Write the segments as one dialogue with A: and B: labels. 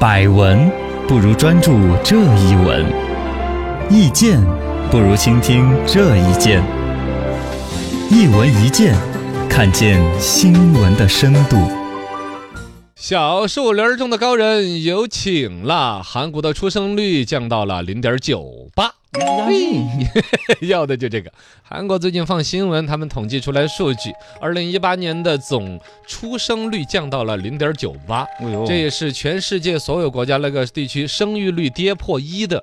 A: 百闻不如专注这一闻，意见不如倾听这一见。一闻一见，看见新闻的深度。
B: 小树林儿中的高人有请啦！韩国的出生率降到了零点九八，
C: 哎
B: 要的就这个。韩国最近放新闻，他们统计出来数据，二零一八年的总出生率降到了零点九八，
C: 哎呦，
B: 这也是全世界所有国家那个地区生育率跌破一的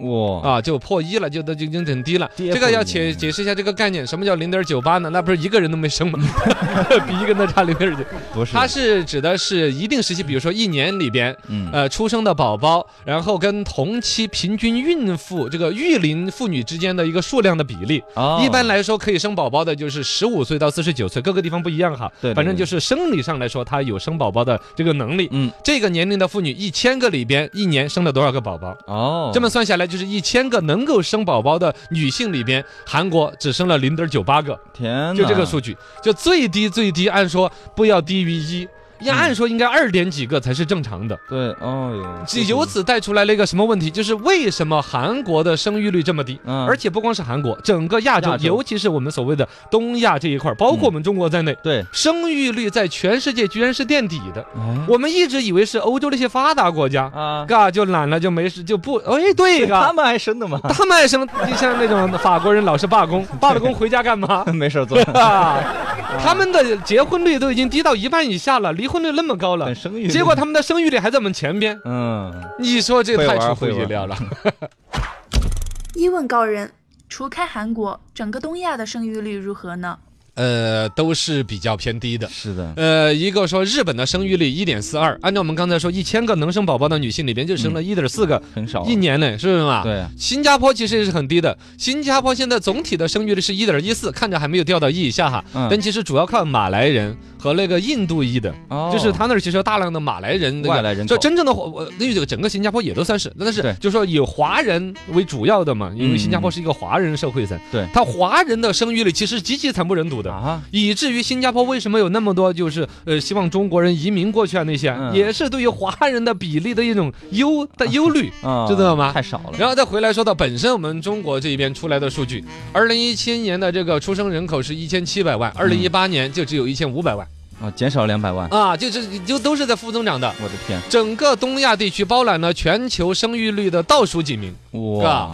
C: 哇
B: 啊，就破一了，就都就已经很低了。
C: 哦跌
B: 这
C: 破
B: 个要
C: 一
B: 解解释一下这个概念，什么叫零点九八呢？那不是一个人都没生吗？ 比一个人都差零点九。
C: 不是，
B: 它是指的是一定时期，比如说一年里边，
C: 嗯
B: 呃，出生的宝宝，然后跟同期平均孕妇这个育龄妇女之间的一个数量的比例。
C: 哦
B: 一般来说，可以生宝宝的就是十五岁到四十九岁，各个地方不一样哈。
C: 对对
B: 反正
C: 对
B: 就是生理上来说，她有生宝宝的这个能力。
C: 嗯
B: 这个年龄的妇女，一千个里边一年生了多少个宝宝？
C: 哦，
B: 这么算下来，就是一千个能够生宝宝的女性里边，韩国只生了零点九八个。
C: 天哪，
B: 就这个数据，就最低最低，按说不要低于一，要按说应该二点几个才是正常的。
C: 对，哦
B: 只
C: 哟，
B: 由此带出来了一个什么问题？就是为什么韩国的生育率这么低？
C: 嗯
B: 而且不光是韩国，整个亚洲
C: 亚，洲
B: 尤其是我们所谓的东亚这一
C: 嗯
B: 块儿，包括我们中国在内，
C: 对，
B: 生育率在全世界居然是垫底的。
C: 哎
B: 我们一直以为是欧洲那些发达国家，
C: 啊，
B: 嘎就懒了就没事就不，哎对
C: 他
B: 嘎，
C: 们还生的吗？
B: 他们还生就像那种法国人老是罢工，罢了工回家干嘛？
C: 没事儿做，
B: 啊， 他们的结婚率都已经低到一半以下了，离婚率那么高了
C: 很，生育，
B: 结果他们的生育率还在我们前边，
C: 嗯，
B: 你说这
C: 会
B: 太
C: 玩
B: 出
C: 儿
B: 乎
C: 会
B: 意
C: 玩儿
B: 料了。
D: 一问高人，除开韩国，整个东亚的生育率如何呢？
B: 呃，都是比较偏低的。
C: 是的，
B: 呃，一个说日本的生育率一点四二，按照我们刚才说，一千个能生宝宝的女性里边就生了一点四个，
C: 很少，
B: 一年呢，是不是嘛？。
C: 对，啊
B: 新加坡其实也是很低的，新加坡现在总体的生育率是一点一四，看着还没有掉到一以下哈，
C: 嗯
B: 但其实主要靠马来人和那个印度裔的，
C: 哦
B: 就是他那儿其实有大量的马来人那个
C: 外来人口
B: 就真正的华，我那个整个新加坡也都算是，但是
C: 对
B: 就说以华人为主要的嘛，因为
C: 嗯
B: 新加坡是一个华人社会噻，
C: 对
B: 他华人的生育率其实极其惨不忍睹的。
C: 啊，
B: 以至于新加坡为什么有那么多就是呃希望中国人移民过去啊那些，
C: 嗯
B: 也是对于华人的比例的一种忧的忧 虑。
C: 啊，
B: 知道吗
C: 太少了，
B: 然后再回来说到本身我们中国这一边出来的数据，二零一七年的这个出生人口是一千七百万，二零一八年就只有一千五百万
C: 啊，减少两百万，
B: 啊，就是就都是在负增长的。
C: 我的天，
B: 整个东亚地区包揽了全球生育率的倒数几名，
C: 哇，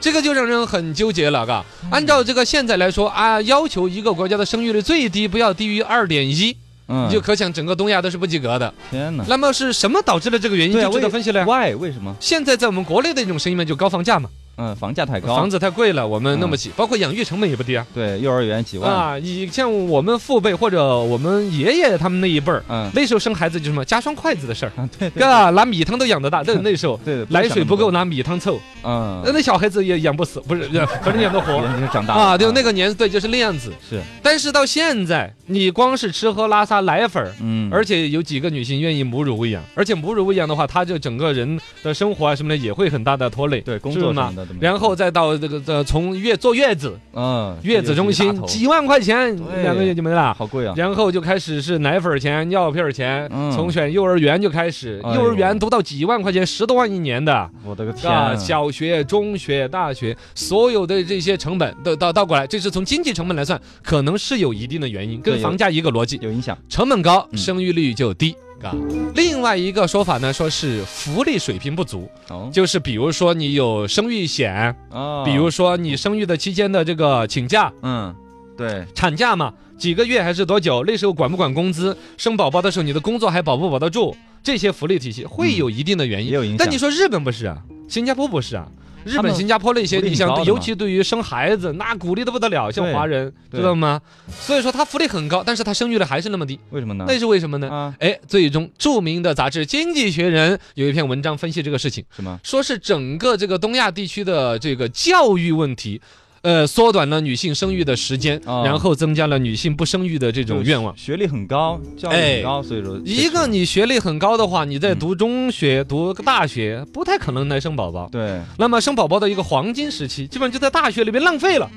B: 这个就让人很纠结了，嘎。
C: 嗯
B: 按照这个现在来说啊，要求一个国家的生育率最低不要低于二点一，
C: 嗯，
B: 你就可想整个东亚都是不及格的。
C: 天哪，
B: 那么是什么导致了这个原因？
C: 对啊
B: 就值得分析了呀。
C: why 为什么？
B: 现在在我们国内的一种声音嘛，就高房价嘛，
C: 嗯，房价太高，
B: 房子太贵了，我们弄不起，包括养育成本也不低啊。
C: 对，幼儿园几万，
B: 啊，以像我们父辈或者我们爷爷他们那一辈儿，
C: 嗯，
B: 那时候生孩子就什么加双筷子的事儿，
C: 啊，对对
B: 哥拿米汤都养得大，那那时候
C: 对的，
B: 奶水不够
C: 呢，
B: 拿米汤凑，
C: 嗯
B: 那，那小孩子也养不死，不是，呃反正养得活。
C: 人家长大了
B: 啊，对，那个年代就是那样子。
C: 是，
B: 但是到现在，你光是吃喝拉撒奶粉儿，
C: 嗯，
B: 而且有几个女性愿意母乳喂养，而且母乳喂养的话，她就整个人的生活啊什么的也会很大的拖累，
C: 对工
B: 是
C: 作
B: 吗
C: 什么的都没有，
B: 然后再到这个呃，从月坐月子，
C: 嗯，这
B: 月子
C: 也是一
B: 中
C: 个大
B: 心
C: 头
B: 几万块钱
C: 对
B: 两个月就没了。
C: 好贵啊，
B: 然后就开始是奶粉钱、尿片钱，
C: 嗯
B: 从选幼儿园就开始，
C: 哎呦
B: 幼儿园都到几万块钱，十多万一年的，
C: 我的个天啊
B: 啊，，小学、中学、大学，所有的这些成本都倒倒过来，这是从经济成本来算，可能是有一定的原因，跟
C: 对有
B: 房价一个逻辑，
C: 有影响，
B: 成本高，
C: 嗯
B: 生育率就低。啊，另外一个说法呢，说是福利水平不足，
C: 哦，
B: 就是比如说你有生育险，
C: 哦
B: 比如说你生育的期间的这个请假、
C: 嗯，对，
B: 产假嘛，几个月还是多久？那时候管不管工资？生宝宝的时候你的工作还保不保得住？这些福利体系会有一定的原
C: 嗯也
B: 因。
C: 有影响，
B: 但你说日本不是啊，新加坡不是啊。日
C: 他
B: 本、
C: 们
B: 新加坡那些，
C: 福利
B: 你
C: 很
B: 想
C: 高的，嘛
B: 尤其对于生孩子，那鼓励的不得了，像
C: 对
B: 华人，
C: 对
B: 知道吗？所以说他福利很高，但是他生育率还是那么低，
C: 为什么呢？
B: 那是为什么呢？
C: 啊，
B: 哎，最终著名的杂志《经济学人》有一篇文章分析这个事情。
C: 什么？
B: 说是整个这个东亚地区的这个教育问题，呃，缩短了女性生育的时间，
C: 哦
B: 然后增加了女性不生育的这种愿望。
C: 学历很高，教育
B: 哎
C: 很高，所以说
B: 一个你学历很高的话，你在读中学、读大学，不太可能来生宝宝。
C: 对，
B: 那么生宝宝的一个黄金时期，基本就在大学里面浪费了。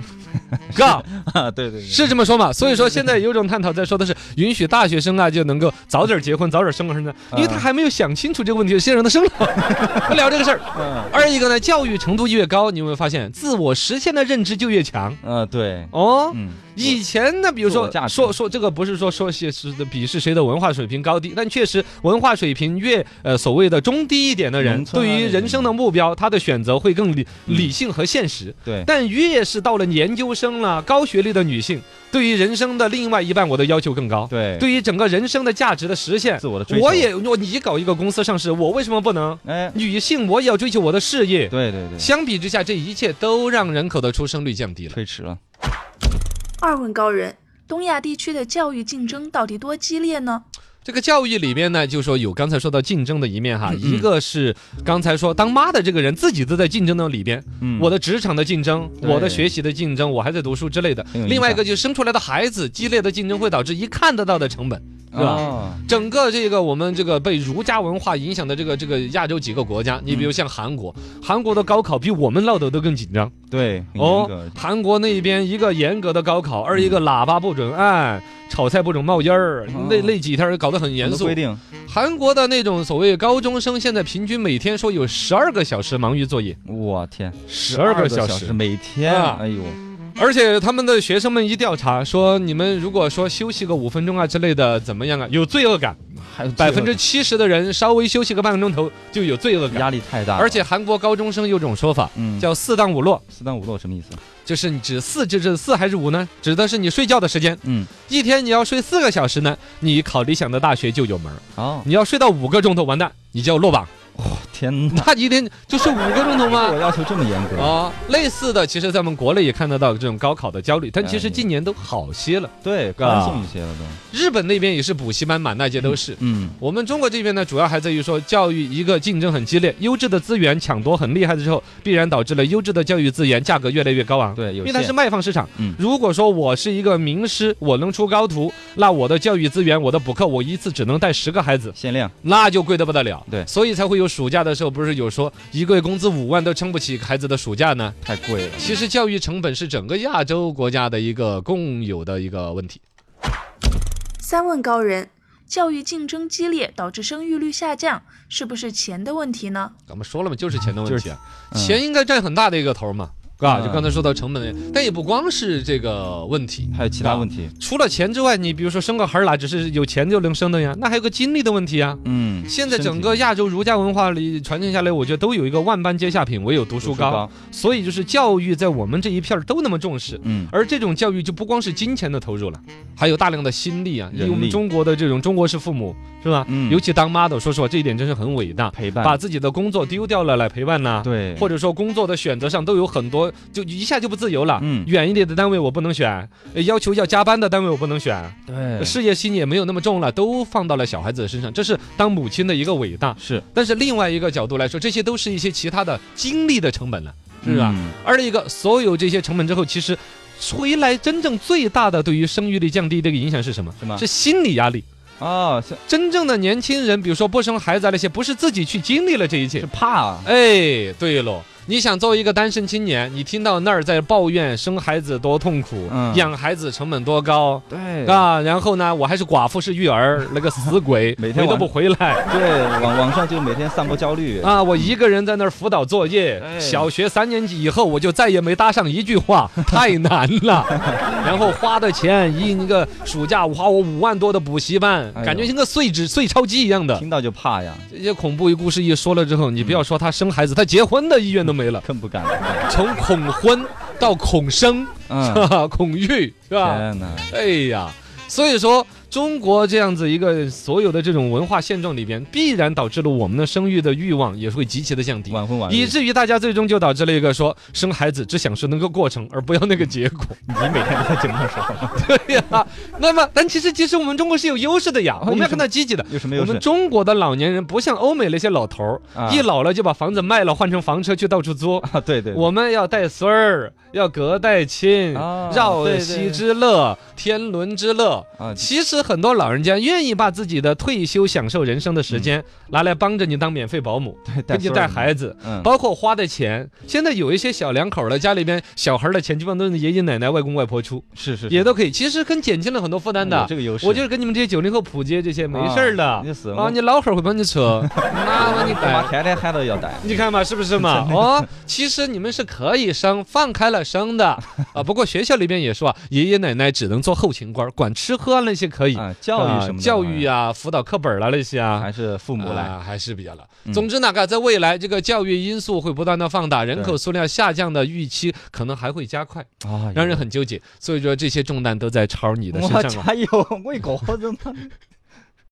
B: 杠，
C: 啊，对对对，
B: 是这么说嘛？所以说现在有种探讨在说的是，允许大学生啊就能够早点结婚，早点生儿呢，因为他还没有想清楚这个问题，先让他生了，不聊这个事儿。
C: 嗯
B: 二一个呢，教育程度越高，你有没有发现自我实现的认知就越强？
C: 嗯，对，
B: 哦，
C: 嗯，
B: 以前呢，比如说
C: 自我价值
B: 说说这个不是说说些是鄙视谁的文化水平高低，但确实文化水平越呃所谓的中低一点的人，
C: 农村
B: 对
C: 啊
B: 于
C: 那
B: 人
C: 种
B: 生的目标，他的选择会更理理性和现实。
C: 对，
B: 但越是到了研究生啦、高学历的女性，对于人生的另外一半，我的要求更高。
C: 对，
B: 对于整个人生的价值的实现
C: 自，我的追求，
B: 我，也我你搞一个公司上市，我为什么不能？
C: 哎，
B: 女性我也要追求我的事业。
C: 对对对，
B: 相比之下，这一切都让人口的出生率降低了。
C: 推迟了，
D: 二问高人，东亚地区的教育竞争到底多激烈呢？
B: 这个教育里边呢，就说有刚才说到竞争的一面哈，
C: 嗯
B: 一个是刚才说当妈的这个人自己都在竞争的里边，
C: 嗯
B: 我
C: 的
B: 的职场的竞争，
C: 对
B: 我的学习的竞争，我还在读书之类的
C: 很有。影响
B: 另外一个就是生出来的孩子，激烈的竞争会导致一看得到的成本，
C: 啊
B: 是吧？
C: 吧？
B: 整个这个我们这个被儒家文化影响的这个这个亚洲几个国家，
C: 嗯
B: 你比如像韩国，韩国的高考比我们闹得都更紧张
C: 对，很严
B: 哦
C: 格。
B: 韩国那边一个严格的高考，二一个喇叭不准按，炒菜不准冒烟儿
C: 哦，
B: 那那几天搞得很
C: 很
B: 严
C: 多
B: 肃
C: 规。定，
B: 韩国的那种所谓高中生，现在平均每天说有十二个小时忙于作业，
C: 我天，
B: 十二个小
C: 小
B: 时。
C: 每天，
B: 啊
C: 哎呦，
B: 而且他们的学生们一调查说，你们如果说休息个五分钟啊之类的，怎么样啊？有罪恶感，
C: 还有
B: 百分之
C: 这
B: 七十的人稍微休息个半个钟头就有罪恶
C: 个
B: 感。
C: 压力太大了，
B: 而且韩国高中生有种说法
C: 嗯，
B: 叫“四档五落
C: 四档五落什么意思？”，
B: 就是你指四指指四还是五呢？指的是你睡觉的时间。
C: 嗯，
B: 一天你要睡四个小时呢，你考理想的大学就有门儿；
C: 哦，
B: 你要睡到五个钟头，完蛋，你就落 榜。
C: 天哪，
B: 那一天就睡五个 钟头吗
C: 我？要求这么严格，
B: 啊，类似的，其实咱们国内也看得到这种高考的焦虑，但其实
C: 哎
B: 近年都好些了。
C: 对，宽松一些了都，
B: 日本那边也是补习班满大街都是。
C: 嗯，
B: 我们中国这边呢，主要还在于说教育一个竞争很激烈，优质的资源抢夺很厉害的时候，必然导致了优质的教育资源价格越来越高昂。
C: 对，
B: 因
C: 有
B: 为它是卖方市场
C: 嗯。
B: 如果说我是一个名师，我能出高徒，那我的教育资源，我的补课，我一次只能带十个孩子，
C: 限量，
B: 那就贵得不得了。
C: 对
B: 所以才会有暑假的时候，不是有说一个月工资五万都撑不起孩子的暑假呢？
C: 太贵了，
B: 其实教育成本是整个亚洲国家的一个共有的一个问题。
D: 三问高人，教育竞争激烈导致生育率下降，是不是钱的问题呢？
B: 咱们说了嘛，就是钱的问题啊，
C: 就是嗯
B: 钱应该占很大的一个头嘛，是吧？
C: 嗯
B: 就刚才说到成本，但也不光是这个问题，
C: 嗯还有其他问题，
B: 除了钱之外，你比如说生个孩儿啦，只是有钱就能生的呀，那还有个精力的问题啊。
C: 嗯，
B: 现在整
C: 身
B: 个
C: 体
B: 亚洲儒家文化里传承下来，我觉得都有一个万般皆下品，唯有读书
C: 读书
B: 高。
C: 高，
B: 所以就是教育在我们这一片儿都那么重视，
C: 嗯，
B: 而这种教育就不光是金钱的投入了，还有大量的心力啊。因
C: 人力
B: 为我们中国的这种中国式父母是吧？
C: 嗯
B: 尤其当妈的，说实话，这一点真是很伟大，
C: 陪伴，
B: 把自己的工作丢掉了来陪伴呐、
C: 对，
B: 或
C: 者
B: 者说工作的选择上都有很多，就一下就不自由了。
C: 嗯
B: 远一点的单位我不能选，呃要求要加班的单位我不能选，
C: 对
B: 事业心也没有那么重了，都放到了小孩子的身上，这是当母亲的一个伟大。
C: 是
B: 但是另外一个角度来说，这些都是一些其他的精力的成本了，是吧？？
C: 嗯
B: 二一个，所有这些成本之后，其实回来真正最大的对于生育率降低这个影响是什么？
C: 是吗
B: 是心理压力。
C: 哦，是
B: 真正的年轻人，比如说不生孩子啊那些，不是自己去经历了这一切
C: 是，怕，啊
B: 哎，对喽。你想作为一个单身青年，你听到那儿在抱怨生孩子多痛苦，
C: 嗯
B: 养孩子成本多高
C: 对，
B: 啊，然后呢，我还是寡妇是育儿，那个死鬼，
C: 每天
B: 回都
C: 晚
B: 不回来，
C: 对，网网上就每天散播焦虑，
B: 啊，我一个人在那儿辅导作业。
C: 哎
B: 小学三年级以后，我就再也没搭上一句 话，太难了。然后花的钱，一那个暑假我花我五万多的补习班，
C: 哎呦
B: 感觉像个碎纸碎钞机一样的。
C: 听到就怕呀，
B: 这些恐怖故事一说了之后，你不要说他生孩子，他结婚的意愿都没 了。
C: 更不敢了，
B: 从恐婚到恐生，
C: 嗯，
B: 哈哈，恐育是吧？
C: 天哪，
B: 哎呀，所以说中国这样子一个所有的这种文化现状里边，必然导致了我们的生育的欲望也会极其的降低。
C: 晚婚晚育
B: 以，至于大家最终就导致了一个说生孩子只享受那个过程，而不要那个结果。
C: 你每天都在节目上说，
B: 对呀、 那么但其实其实我们中国是有优势的呀，我
C: 哦
B: 们要
C: 有什
B: 跟
C: 么
B: 他积极的。
C: 有什么
B: 我
C: 优势
B: 们？中国的老年人不像欧美那些老头儿，
C: 啊
B: 一老了就把房子卖了换成房车去到处租。
C: 啊，对对，对
B: 我们要带孙儿，要隔代亲，
C: 啊
B: 绕
C: 对对
B: 膝之乐，天伦之乐。
C: 啊，
B: 其实很多老人家愿意把自己的退休享受人生的时间拿来帮着你当免费保姆，给你嗯带孩
C: 子，
B: 子。
C: 嗯，
B: 包括花的钱，现在有一些小两口了，家里边小孩的钱基本都是爷爷奶奶、外公外婆出，
C: 是是，
B: 也都可以，其实跟减轻了很多负担的
C: 有这。个优势，
B: 我就是跟你们这些九零后普及这些没事儿的
C: 你就死
B: 啊，你哎老汉儿会帮你 扯，那么你
C: 干
B: 带
C: 嘛。天天喊都要带？
B: 你看嘛，是不是嘛？ 哦，其实你们是可以生，放开了生 的啊。不过学校里边也说啊，爷爷奶奶只能做后勤官，管吃喝那些可以，
C: 啊，教育
B: 啊
C: 什么的
B: 教育啊，辅导课本啦那些啊。
C: 还是父母来，
B: 啊，还是比较了。
C: 嗯
B: 总之呢，嘎，在未来这个教育因素会不断的放大，人
C: 对
B: 口数量下降的预期可能还会加快，
C: 啊，
B: 让人很纠结。所以说这些重担都在朝你的身
C: 我
B: 上啊。
C: 加油，我一个人